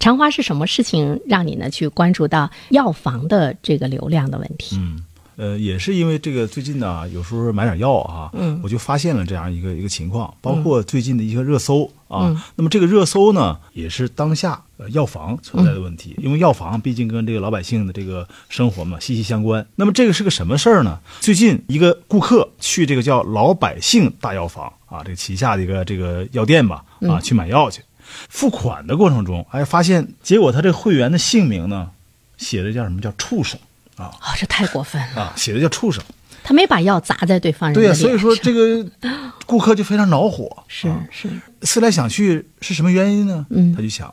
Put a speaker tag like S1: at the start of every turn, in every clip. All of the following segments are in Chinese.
S1: 长花是什么事情让你呢去关注到药房的这个流量的问题？
S2: 嗯，呃，也是因为这个最近呢，有时候买点药啊，
S1: 嗯
S2: 我就发现了这样一个一个情况，包括最近的一个热搜啊。
S1: 嗯
S2: 那么这个热搜呢，也是当下呃药房存在的问
S1: 嗯
S2: 题，因为药房毕竟跟这个老百姓的这个生活嘛息息相关。那么这个是个什么事儿呢？最近一个顾客去这个叫老百姓大药房啊，这个旗下的一个这个药店吧
S1: 嗯
S2: 啊，去买药去。付款的过程中，哎，发现结果他这会员的姓名呢，写的叫什么叫畜生
S1: 哦，这太过分了！
S2: 啊，写的叫畜生。
S1: 他没把药砸在对方人的
S2: 哎对呀、
S1: 脸上。
S2: 所以说这个顾客就非常恼火。
S1: 是是，
S2: 思来想去是什么原因呢？
S1: 嗯
S2: 他就想，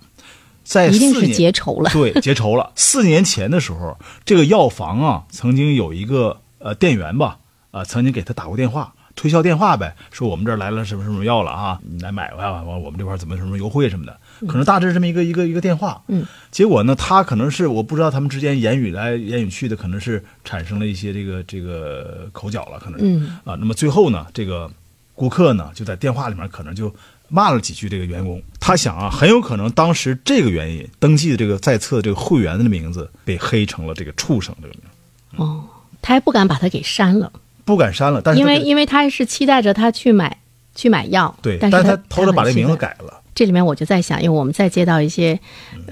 S2: 在
S1: 一定
S2: 四
S1: 是
S2: 年
S1: 结仇了
S2: 对，结 仇了。四年前的时候，这个药房啊，曾经有一个呃店员吧，呃，曾经给他打过电话。推销电话呗，说我们这儿来了什么什么药了啊，你来买吧，完我们这块儿怎么什么优惠什么的，可能大致这么一个一个一个电话。
S1: 嗯，
S2: 结果呢，他可能是我不知道他们之间言语来言语去的，可能是产生了一些这个这个口角了，可能是。
S1: 嗯
S2: 啊，那么最后呢，这个顾客呢就在电话里面可能就骂了几句这个员工。他想啊，很有可能当时这个原因，登记的这个在册的这个会员的名字被黑成了这个畜生这个名字，
S1: 哦，他还不敢把他给删了，
S2: 不敢删了，但是
S1: 因
S2: 他
S1: 为
S2: 给
S1: 因为他还是期待着他去买去买药。
S2: 对，
S1: 但
S2: 但是
S1: 他
S2: 偷着把这
S1: 很期
S2: 名字
S1: 待
S2: 改了。
S1: 这里面我就在想，因为我们在接到一些，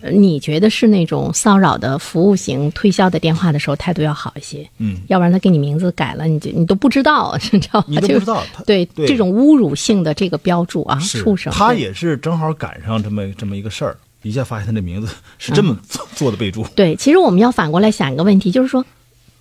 S1: 呃你觉得是那种骚扰的服务型推销的电话的时候，态度要好一些，
S2: 嗯，
S1: 要不然他给你名字改了，你就你都不知道， 你知道吗？
S2: 你都
S1: 啊就
S2: 不知道他
S1: 对
S2: 对
S1: 这种侮辱性的这个标注啊，
S2: 是
S1: 畜生，
S2: 他
S1: 对
S2: 也是正好赶上这么这么一个事儿，一下发现他这名字是这么
S1: 嗯
S2: 做做的备注。
S1: 对。其实我们要反过来想一个问题，就是说，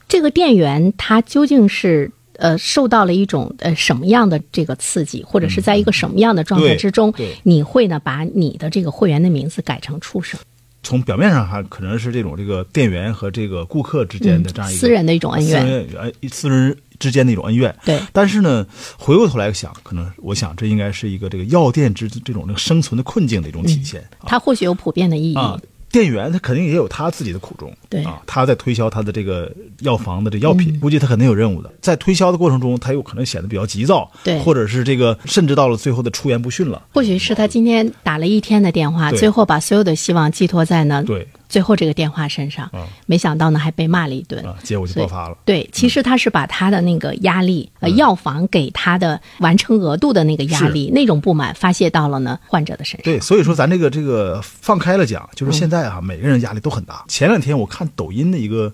S1: 这个店员他究竟是呃受到了一种呃什么样的这个刺激，或者是在一个什么样的状态
S2: 嗯对
S1: 之中，
S2: 对
S1: 你会呢把你的这个会员的名字改成畜生？
S2: 从表面上看，可能是这种这个店员和这个顾客之间的这样一个
S1: 嗯私人的一种恩怨
S2: 私人恩怨私人之间的一种恩怨。
S1: 对
S2: 但是呢，回过头来想，可能我想这应该是一个这个药店之这种这个生存的困境的一种体现、
S1: 它或许有普遍的意义。
S2: 啊。店员他肯定也有他自己的苦衷，
S1: 嗯对嗯
S2: 啊，他在推销他的这个药房的这药品，估计他肯定有任务的。在推销的过程中，他有可能显得比较急躁，
S1: 对
S2: 或者是这个甚至到了最后的出言不逊了，
S1: 或许是他今天打了一天的电话，
S2: 对
S1: 最后把所有的希望寄托在呢
S2: 对
S1: 最后这个电话身上，
S2: 嗯
S1: 没想到呢还被骂了一顿。
S2: 啊，结果就
S1: 所以
S2: 爆发了。嗯
S1: 对，其实他是把他的那个压力，呃，药房给他的完成额度的那个压力，那种不满发泄到了呢患者的身上。
S2: 对，所以说咱这个这个放开了讲，就是现在啊，每个人压力都很大。前两天我看抖音的一个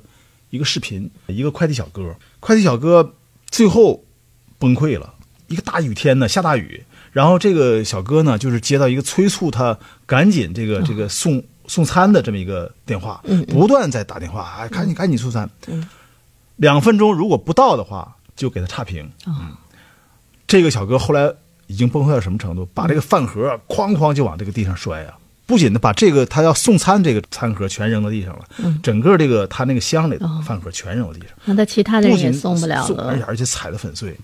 S2: 一个视频，一个快递小哥，快递小哥最后崩溃了，一个大雨天呢，下大雨，然后这个小哥呢，就是接到一个催促他赶紧这个这个送送餐的这么一个电话，不断在打电话，哎，赶紧赶紧送餐，两分钟如果不到的话，就给他差评。
S1: 哦
S2: 嗯，这个小哥后来已经崩溃到什么程度？把这个饭盒啊哐哐就往这个地上摔啊！不仅呢把这个他要送餐这个餐盒全扔到地上了，
S1: 嗯
S2: 整个这个他那个箱里的饭盒全扔到地上，
S1: 哦那他其他的
S2: 不
S1: 人也
S2: 仅哎
S1: 送不了嗯
S2: 而且
S1: 了。
S2: 而且踩得粉碎。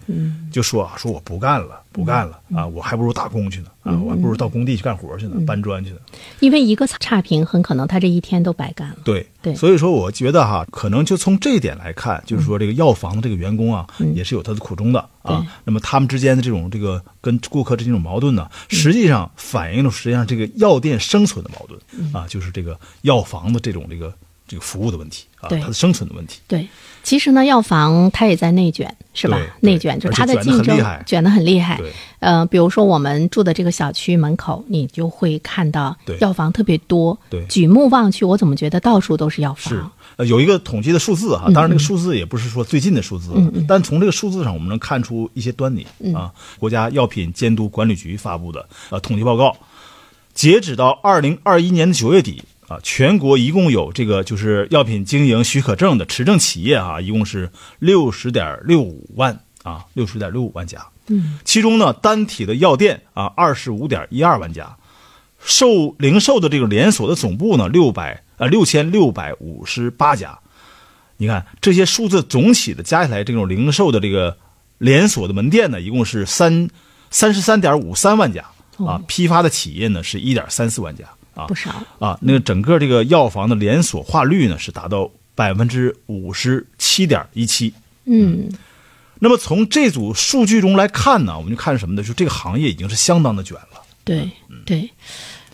S2: 就说啊，说我不干了，不干了
S1: 嗯
S2: 啊，我还不如打工去呢啊，我还不如到工地去干活去呢，搬砖去呢。
S1: 因为一个差评，很可能他这一天都白干了。
S2: 对
S1: 对
S2: 所以说我觉得哈，可能就从这一点来看，就是说这个药房的这个员工啊，也是有他的苦衷的啊
S1: 嗯对。
S2: 那么他们之间的这种这个跟顾客之间这种矛盾呢，
S1: 嗯
S2: 实际上反映了实际上这个药店生存的矛盾、
S1: 嗯
S2: 啊，就是这个药房的这种这个这个服务的问题啊，
S1: 对
S2: 它的生存的问题。
S1: 对，其实呢，药房它也在内卷，是吧
S2: 对？对
S1: 内卷就是它的
S2: 而且卷得
S1: 竞
S2: 很
S1: 争
S2: 厉害
S1: 卷得很厉害
S2: 对。
S1: 呃，比如说我们住的这个小区门口，你就会看到
S2: 对
S1: 药房特别多。
S2: 对
S1: 举目望去，我怎么觉得到处都是药
S2: 是
S1: 房？，
S2: 呃，有一个统计的数字哈，当然这个数字也不是说最近的数字，但从这个数字上我们能看出一些端倪啊。国家药品监督管理局发布的呃统计报告，截止到二零二一年的九月底啊，全国一共有这个就是药品经营许可证的持证企业啊，一共是六十点六五万啊，六十点六五万家。嗯，其中呢，单体的药店啊，二十五点一二万家，售零售的这个连锁的总部呢，六百呃六千六百五十八家。你看这些数字总起的加起来，这种零售的这个连锁的门店呢，一共是三三十三点五三万家啊，批发的企业呢是一点三四万家啊
S1: 不少。
S2: 啊，那个整个这个药房的连锁化率呢是达到百分之五十七点一七。
S1: 嗯
S2: 那么从这组数据中来看呢，我们就看什么呢？就这个行业已经是相当的卷了。
S1: 对
S2: 嗯
S1: 对，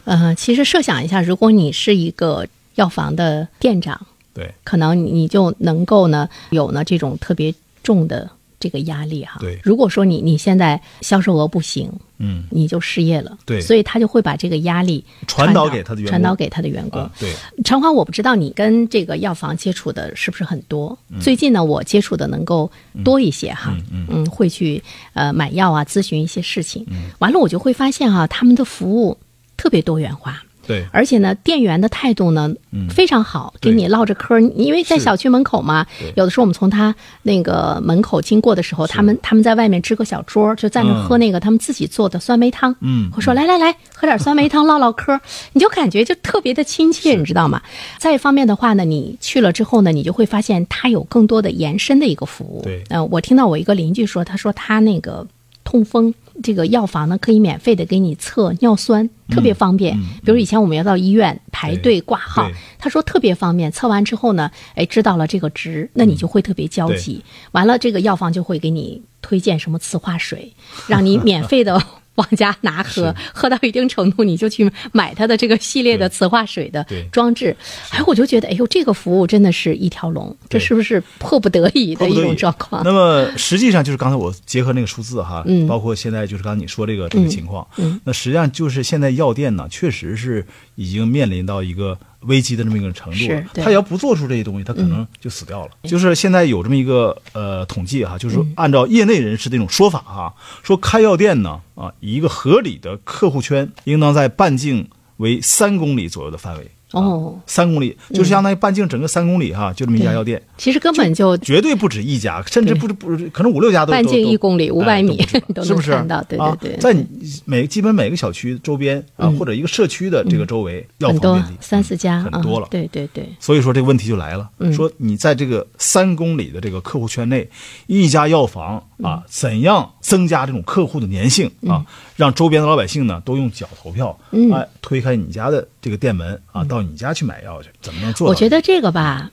S1: 呃，其实设想一下，如果你是一个药房的店长，
S2: 对
S1: 可能你你就能够呢有呢这种特别重的这个压力哈。
S2: 对
S1: 如果说你你现在销售额不行，
S2: 嗯，
S1: 你就失业了。
S2: 对
S1: 所以他就会把这个压力
S2: 传导给他的员工
S1: 传导给他的员工。
S2: 啊，对，
S1: 长欢，我不知道你跟这个药房接触的是不是很多。最近呢，我接触的能够多一些哈，嗯，会去呃买药啊，咨询一些事情。完了，我就会发现哈、他们的服务特别多元化。
S2: 对，
S1: 而且呢，店员的态度呢、非常好，
S2: 对
S1: 给你唠着嗑儿。你因为在
S2: 是
S1: 小区门口嘛，有的时候我们从他那个门口经过的时候，他们他们在外面支个小桌儿，就在那儿
S2: 嗯
S1: 喝那个他们自己做的酸梅汤。
S2: 嗯
S1: 我说来来来，喝点酸梅汤唠唠嗑 儿，你就感觉就特别的亲切，你知道吗？再一方面的话呢，你去了之后呢，你就会发现它有更多的延伸的一个服务。
S2: 对
S1: 呃，我听到我一个邻居说，他说他那个痛风这个药房呢，可以免费的给你测尿酸，特别方便。比如以前我们要到医院排队
S2: 对
S1: 挂号
S2: 嗯对，
S1: 他说特别方便，测完之后呢，哎，知道了这个值，那你
S2: 嗯
S1: 就会特别焦急。完了，这个药房就会给你推荐什么磁化水，让你免费的。往家 拿喝，喝到一定程度，你就去买它的这个系列的磁化水的
S2: 对
S1: 装置。哎，我就觉得，哎呦，这个服务真的是一条龙，这
S2: 对
S1: 是不是迫不得已的
S2: 迫
S1: 一
S2: 不得
S1: 种
S2: 已
S1: 状况？
S2: 那么实际上就是刚才我结合那个数字哈，
S1: 啊嗯
S2: 包括现在就是刚才你说这个这个情况，
S1: 嗯
S2: 那实际上就是现在药店呢，确实是已经面临到一个危机的这么一个程度了
S1: 是。对嗯
S2: 他要不做出这些东西，他可能就死掉了。就是现在有这么一个呃统计哈，就
S1: 嗯
S2: 是说按照业内人士的一种说法哈，说开药店呢啊，一个合理的客户圈应当在半径为三公里左右的范围。
S1: 哦
S2: 啊，三公里
S1: 嗯
S2: 就是相当于半径整个三公里哈，就这么一家药店。
S1: 其实根本就
S2: 绝对不止一家，甚至不止不止可能五六家都
S1: 半径
S2: 都
S1: 一公里
S2: 都
S1: 500
S2: 哎
S1: 米
S2: 都 不
S1: 都能
S2: 止是不是？
S1: 看到对对对嗯
S2: 啊、在你每基本每个小区周边啊，或者一个社区的这个周围，药
S1: 很
S2: 房
S1: 多
S2: 遍地，
S1: 三四家
S2: 嗯很
S1: 啊，
S2: 多了
S1: 对嗯对对，
S2: 所以说这个问题就来了，说你在这个三公里的这个客户圈内，一家药房
S1: 嗯
S2: 啊，怎样增加这种客户的粘性啊，让周边的老百姓呢都用脚投票，
S1: 嗯
S2: 哎，推开你家的这个店门啊，到你家去买药去，怎么能做到？嗯
S1: 我觉得这个吧。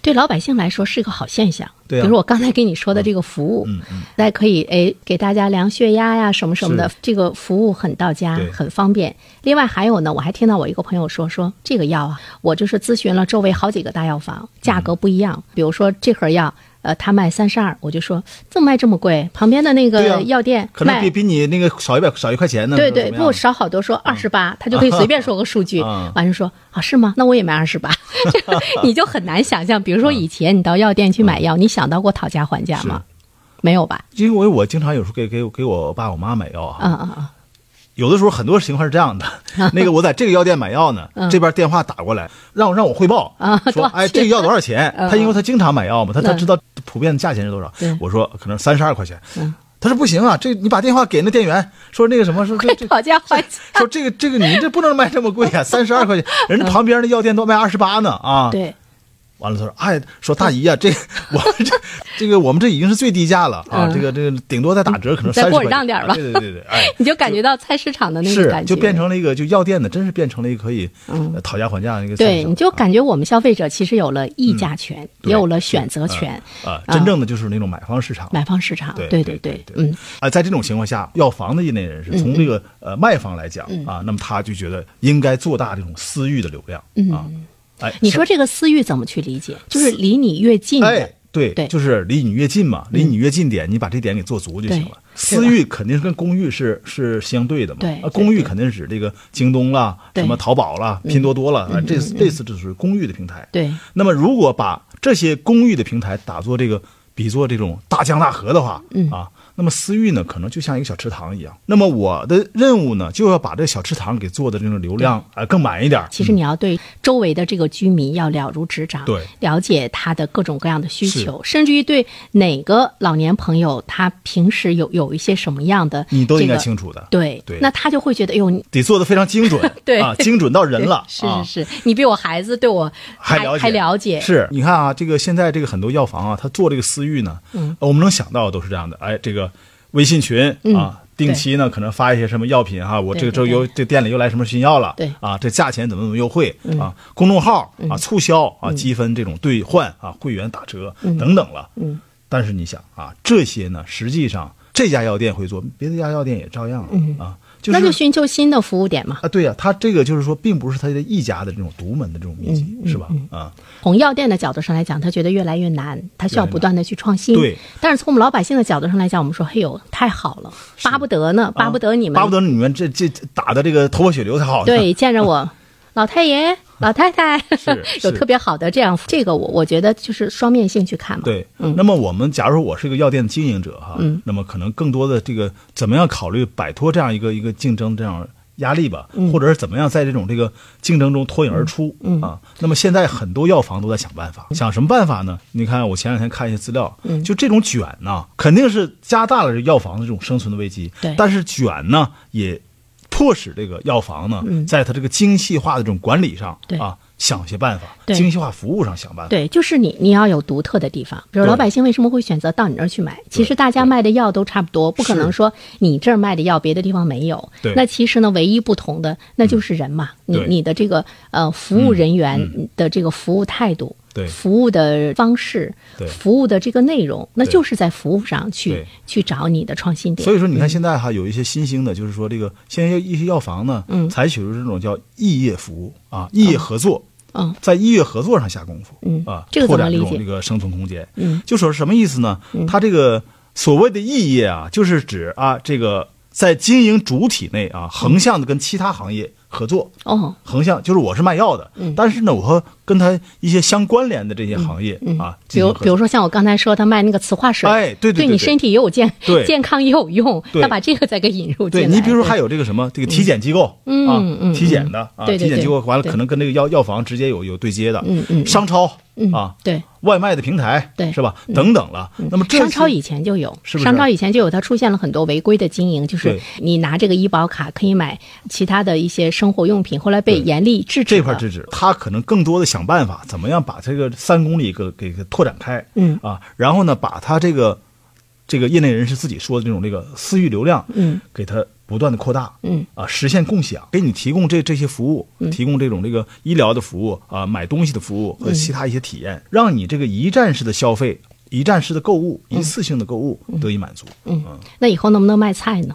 S1: 对老百姓来说是个好现象，
S2: 对啊嗯
S1: 比如我刚才跟你说的这个服务，大家可以哎给大家量血压呀什么什么的
S2: 是，
S1: 这个服务很到家
S2: 对，
S1: 很方便。另外还有呢，我还听到我一个朋友说，说这个药啊，我就是咨询了周围好几个大药房，价格不一样，
S2: 嗯
S1: 比如说这盒药，呃，他卖三十二，我就说怎么卖这么贵？旁边的那
S2: 对啊
S1: 个药店
S2: 可能
S1: 卖
S2: 比比你那个少一百少一块钱呢，嗯
S1: 对
S2: 是
S1: 对，
S2: 怎么
S1: 不
S2: 样
S1: 少好多说二十八，他就可以随便说个数据，
S2: 啊
S1: 完了说啊是吗？那我也买二十八， 这你就很难想象。比如说以前你到药店去买药，
S2: 嗯
S1: 你想到过讨价还价吗？没有吧？
S2: 因为我经常有时候给给给我爸我妈买药啊，
S1: 嗯嗯嗯，
S2: 有的时候很多情况是 这样的，那个我在这个药店买药呢，这边电话打过来，让我让我汇报
S1: 嗯啊多
S2: 说
S1: 少
S2: 哎
S1: 钱
S2: 这个药多少钱？
S1: 嗯
S2: 他因为他经常买药嘛，他他
S1: 嗯
S2: 知道普遍的价钱是多少
S1: 对。
S2: 我说可能三十二块钱
S1: 嗯，
S2: 他说不行啊，这你把电话给那店员说那个什么 说这这
S1: 讨价还价。
S2: 说这个这个你这不能卖这么贵啊，三十二块钱，人
S1: 嗯
S2: 家旁边的药店都卖二十八呢啊。
S1: 对，
S2: 完了，他说：“哎，说大姨呀、这我们这这个我们这已经是最低价了啊，
S1: 嗯
S2: 这个这个顶多再打折，可能
S1: 再
S2: 三十
S1: 过
S2: 块
S1: 让点儿吧
S2: 对对对对，哎，
S1: 你就感觉到菜市场的 那个
S2: 是
S1: 感觉，嗯
S2: 就变成了一个就药店的，真是变成了一个可以呃讨价还价的一个菜市场。嗯
S1: 对，你就感觉我们消费者其实有了议价权，
S2: 对
S1: 也有了选择权，
S2: 啊，
S1: 啊
S2: 真正的就是那种买方市场。
S1: 买方市场，
S2: 对
S1: 对
S2: 对
S1: 嗯，
S2: 啊，在这种情况下，药房的业内人士从这个呃卖方来讲
S1: 嗯
S2: 啊，那么他就觉得应该做大这种私域的流量啊。哎，
S1: 嗯你说这个私域怎么去理解？就是离你越近的，
S2: 哎，对，
S1: 对嗯
S2: 就是离你越近嘛，离你越近点，你把这点给做足就行了。私域肯定是跟公域是是相对的嘛，
S1: 对
S2: 啊，
S1: 对
S2: 公域肯定是指这个京东啦、
S1: 对嗯
S2: 什么淘宝啦、拼多多啦，啊，这类似这属于公域的平台。
S1: 对，
S2: 那么如果把这些公域的平台打作这个比作这种大江大河的话，
S1: 嗯
S2: 啊，那么私域呢，可能就像一个小池塘一样。那么我的任务呢，就要把这个小池塘给做的这种流量呃更满一点儿。
S1: 其实你要对周围的这个居民要了如指掌，
S2: 对
S1: 了解他的各种各样的需求，甚至于对哪个老年朋友他平时有有一些什么样的，
S2: 你都应该
S1: 楚。
S2: 清楚的，
S1: 对，
S2: 对
S1: 那他就会觉得，哎呦，你
S2: 得做的非常精准，
S1: 对
S2: 啊，精准到人 了，
S1: 是
S2: 啊
S1: 是是，你比我孩子对我
S2: 还了解
S1: 还了解，
S2: 是你看啊，这个现在这个很多药房啊，他做这个私域呢，嗯、我们能想到的都是这样的，哎，这个微信群、
S1: 嗯
S2: 啊。定期呢，可能发一些什么药品哈、啊我这
S1: 对
S2: 个
S1: 对
S2: 周又这店里又来什么新药了，
S1: 对嗯
S2: 啊，这价钱怎么怎么优惠、啊，公众号啊促销啊、积分这种兑换啊，会员打折、等等了，
S1: 嗯，
S2: 但是你想啊，这些呢，实际上这家药店会做，别的家药店也照样、嗯、啊，就是
S1: 那就寻求新的服务点嘛。
S2: 啊，对呀、他这个就是说，并不是他的一家的这种独门的这种秘籍，
S1: 嗯
S2: 是吧？啊，
S1: 从药店的角度上来讲，他觉得越来越难，他需要不断的去创新。
S2: 越来越难对，
S1: 但是从我们老百姓的角度上来讲，我们说，嘿哎呦，太好了，巴不得呢，巴不得你们，
S2: 巴不得你们这这这打的这个头破血流才好呢。
S1: 对，见着 我，老太爷、老太太
S2: 是
S1: 有
S2: 是
S1: 特别好的这样，这个我我觉得就是双面性去看嘛。嗯
S2: 对，那么我们假如说我是一个药店的经营者哈，那么可能更多的这个怎么样考虑摆脱这样一个一个竞争这样压力吧，
S1: 嗯
S2: 或者是怎么样在这种这个竞争中脱颖而出、
S1: 嗯
S2: 啊？那么现在很多药房都在想办法，想什么办法呢？你看我前两天看一些资料，
S1: 嗯
S2: 就这种卷呐，肯定是加大了这药房的这种生存的危机，
S1: 对
S2: 但是卷呢也迫使这个药房呢，在它这个精细化的这种管理上
S1: 嗯对
S2: 啊。想些办法，
S1: 对
S2: 精细化服务上想办法。
S1: 对，就是你你要有独特的地方，比如
S2: 对
S1: 老百姓为什么会选择到你那儿去买？其实大家卖的药都差不多，不可
S2: 是
S1: 能说你这儿卖的药别的地方没有
S2: 对。
S1: 那其实呢，唯一不同的那就是人嘛，你
S2: 对嗯
S1: 你的这个呃服务人员的这个服务态度。
S2: 对
S1: 服务的方式
S2: 对，
S1: 服务的这个内容，那
S2: 对
S1: 就是在服务上去
S2: 对
S1: 去找你的创新点。
S2: 所以说，你看现在哈有一些新兴的，就是说这个现在一些药房呢，嗯，采取了这种叫异业服务啊，异业合作，
S1: 嗯，
S2: 在异业合作上下功夫，
S1: 哦嗯
S2: 啊，
S1: 这个
S2: 拓
S1: 怎么
S2: 展这
S1: 理
S2: 种
S1: 解
S2: 这个生存空间，
S1: 嗯，
S2: 就说什么意思呢？它这个所谓的异业啊，就是指啊这个在经营主体内
S1: 嗯
S2: 啊，横向的跟其他行业合作，
S1: 哦，
S2: 横向就是我是卖药的，
S1: 嗯
S2: 但是呢，我和跟他一些相关联的这些行业啊，
S1: 嗯比
S2: 进行
S1: 如
S2: 合作
S1: 比如说像我刚才说，他卖那个磁化水，
S2: 哎对对对
S1: 你
S2: 对
S1: 身体也有健
S2: 对
S1: 健康也有用，
S2: 对
S1: 他把这个再给引入进
S2: 对
S1: 来。
S2: 你比如说还有这个什么这个体检机构
S1: 嗯
S2: 啊
S1: 嗯，嗯
S2: 体检的啊，
S1: 对对
S2: 体检机构
S1: 对
S2: 完了
S1: 对
S2: 可能跟这个药药房直接有有对接的，
S1: 嗯嗯嗯
S2: 商超
S1: 嗯
S2: 啊，
S1: 对，
S2: 外卖的平台
S1: 对嗯
S2: 是吧？等等了，那么这
S1: 商超
S2: 些
S1: 以前就有，
S2: 是不是
S1: 商超以前就有，它出现了很多违规的经营，就是
S2: 对
S1: 你拿这个医保卡可以买其他的一些生活用品，后来被严厉制止
S2: 这
S1: 了。
S2: 块制止，他可能更多的想办法，怎么样把这个三公里给给给拓展开，
S1: 嗯
S2: 啊，然后呢，把他这个这个业内人士自己说的这种这个私域流量，
S1: 嗯，
S2: 给它不断的扩大，
S1: 嗯，
S2: 啊，实现共享，给你提供这这些服务，提供这种这个医疗的服务啊，买东西的服务和
S1: 嗯
S2: 其他一些体验，让你这个一站式的消费、一站式的购物、
S1: 嗯
S2: 一次性的购物得以满足，嗯，
S1: 那以后能不能卖菜 呢？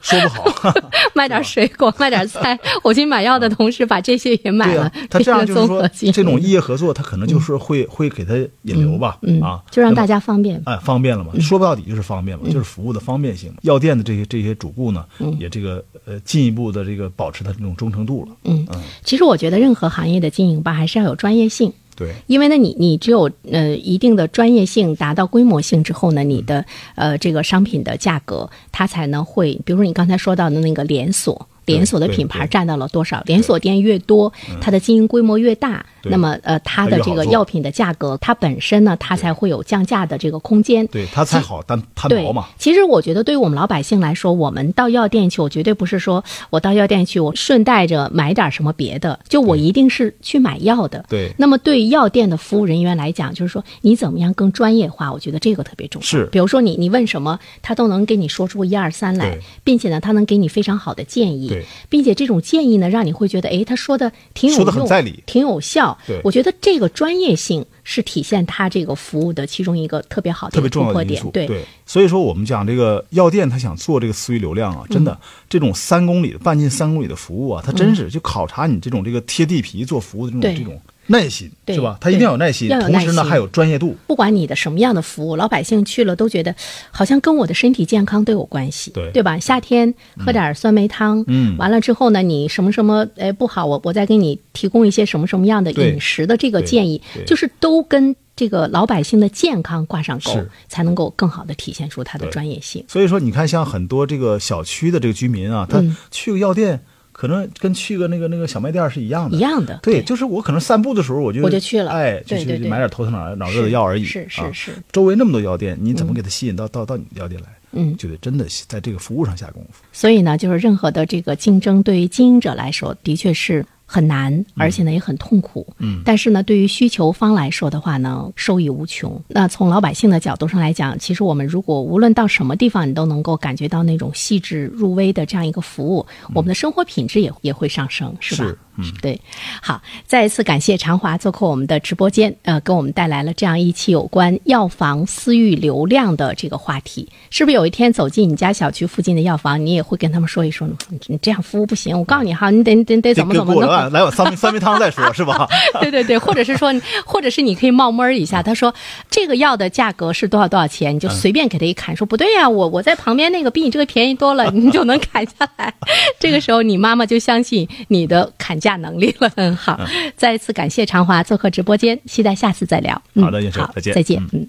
S2: 说不好，
S1: 卖点水果，卖点菜。 我去买药的同时，把这些也 买
S2: 啊对
S1: 了
S2: 啊，，他这样
S1: 一个
S2: 就是
S1: 综合
S2: 说
S1: 性
S2: 这种异业合作，他可能就是会会给他引流吧，
S1: 嗯，
S2: 啊，
S1: 就让
S2: 那么
S1: 大家方便。
S2: 哎，方便了
S1: 嗯
S2: 嘛？说不到底就是方便嘛，就是服务的方便性嘛。药店的这些这些主顾呢，
S1: 嗯
S2: 也这个呃进一步的这个保持它这种忠诚度了。
S1: 嗯，其实我觉得任何行业的经营吧，还是要有专业性。
S2: 对，
S1: 因为呢，你你只有呃一定的专业性达到规模性之后呢，你的
S2: 嗯
S1: 呃这个商品的价格它才能会，比如说你刚才说到的那个连锁。
S2: 对
S1: 连锁的
S2: 对
S1: 品牌
S2: 对嗯
S1: 占到了多少？连锁店越多，它的经营规模越大，
S2: 对
S1: 那么呃，它的
S2: 越
S1: 这
S2: 好
S1: 个
S2: 做
S1: 药品的价格，它本身呢，它才会有降价的这个空间。
S2: 对，它才好担摊
S1: 对
S2: 薄嘛。
S1: 其实我觉得，对于我们老百姓来说，我们到药店去，我绝对不是说我到药店去，我顺带着买点什么别的，就我一定是去买药的。
S2: 对
S1: 那么对于药店的服务人员来讲，就是说你怎么样更专业化，我觉得这个特别重要。
S2: 是
S1: 比如说你你问什么，他都能给你说出一二三来
S2: 对，
S1: 并且呢，他能给你非常好的建议
S2: 对，
S1: 并且这种建议呢，让你会觉得，哎，他说的挺有
S2: 说
S1: 用，
S2: 得很在理
S1: 挺有效。
S2: 对
S1: 我觉得这个专业性是体现他这个服务的其中一个特别好的
S2: 特
S1: 一个
S2: 别重
S1: 突
S2: 要
S1: 破
S2: 的因
S1: 点
S2: 素。。对，所以说我们讲这个药店，他想做这个私域流量啊，
S1: 嗯
S2: 真的这种三公里的半径三公里的服务啊，他真是就考察你这种这个贴地皮做服务的这
S1: 嗯对
S2: 种这种耐心
S1: 对
S2: 是吧？他一定要有耐心，
S1: 对要有
S2: 同时
S1: 耐
S2: 呢
S1: 心
S2: 还有专业度。
S1: 不管你的什么样的服务，老百姓去了都觉得好像跟我的身体健康都有关系，
S2: 对
S1: 吧？夏天喝点儿酸梅汤，
S2: 嗯
S1: 完了之后呢，你什么什么哎不好，我我再给你提供一些什么什么样的
S2: 对
S1: 饮食的这个建议
S2: 对对，
S1: 就是都跟这个老百姓的健康挂上钩
S2: 是，
S1: 才能够更好的体现出它的
S2: 对
S1: 专业性。
S2: 所以说，你看像很多这个小区的这个居民啊，他
S1: 嗯
S2: 去个药店，可能跟去个那个那个小卖店是一样的。
S1: 一样的，
S2: 对，就是我可能散步的时候，我就
S1: 我就去了
S2: 哎，就
S1: 对
S2: 去
S1: 对对
S2: 买点头疼脑脑热的药而已。
S1: 是是
S2: 啊
S1: 是是
S2: 周围那么多药店，你怎么给他吸引到到到你的药店来？
S1: 嗯
S2: 就得真的在这个服务上下功夫。
S1: 所以呢，就是任何的这个竞争，对于经营者来说，的确是很难，而且呢也很痛苦。
S2: 嗯
S1: 但是呢，对于需求方来说的话呢，收益无穷。那从老百姓的角度上来讲，其实我们如果无论到什么地方，你都能够感觉到那种细致入微的这样一个服务，我们的生活品质也也会上升，是吧？
S2: 嗯是嗯，
S1: 对。好，再一次感谢长华做客我们的直播间，呃，给我们带来了这样一期有关药房私域流量的这个话题。是不是有一天走进你家小区附近的药房，你也会跟他们说一说，你你这样服务不行，我告诉你哈，你得你得你得哎怎么
S2: 给
S1: 怎么
S2: 我
S1: 弄。啊
S2: 啊来来碗三明三明汤再说，是吧？
S1: 对对对，或者是说你，或者是你可以冒闷儿一下，他说这个药的价格是多少多少钱，你
S2: 嗯
S1: 就随便给他一砍，说不对呀、我我在旁边那个比你这个便宜多了，你就能砍下来。 这个时候你妈妈就相信你的砍价能力了。很好，再一次感谢长华做客直播间，期待下次再聊。嗯
S2: 好的燕生
S1: 好
S2: 再见
S1: 再见，嗯。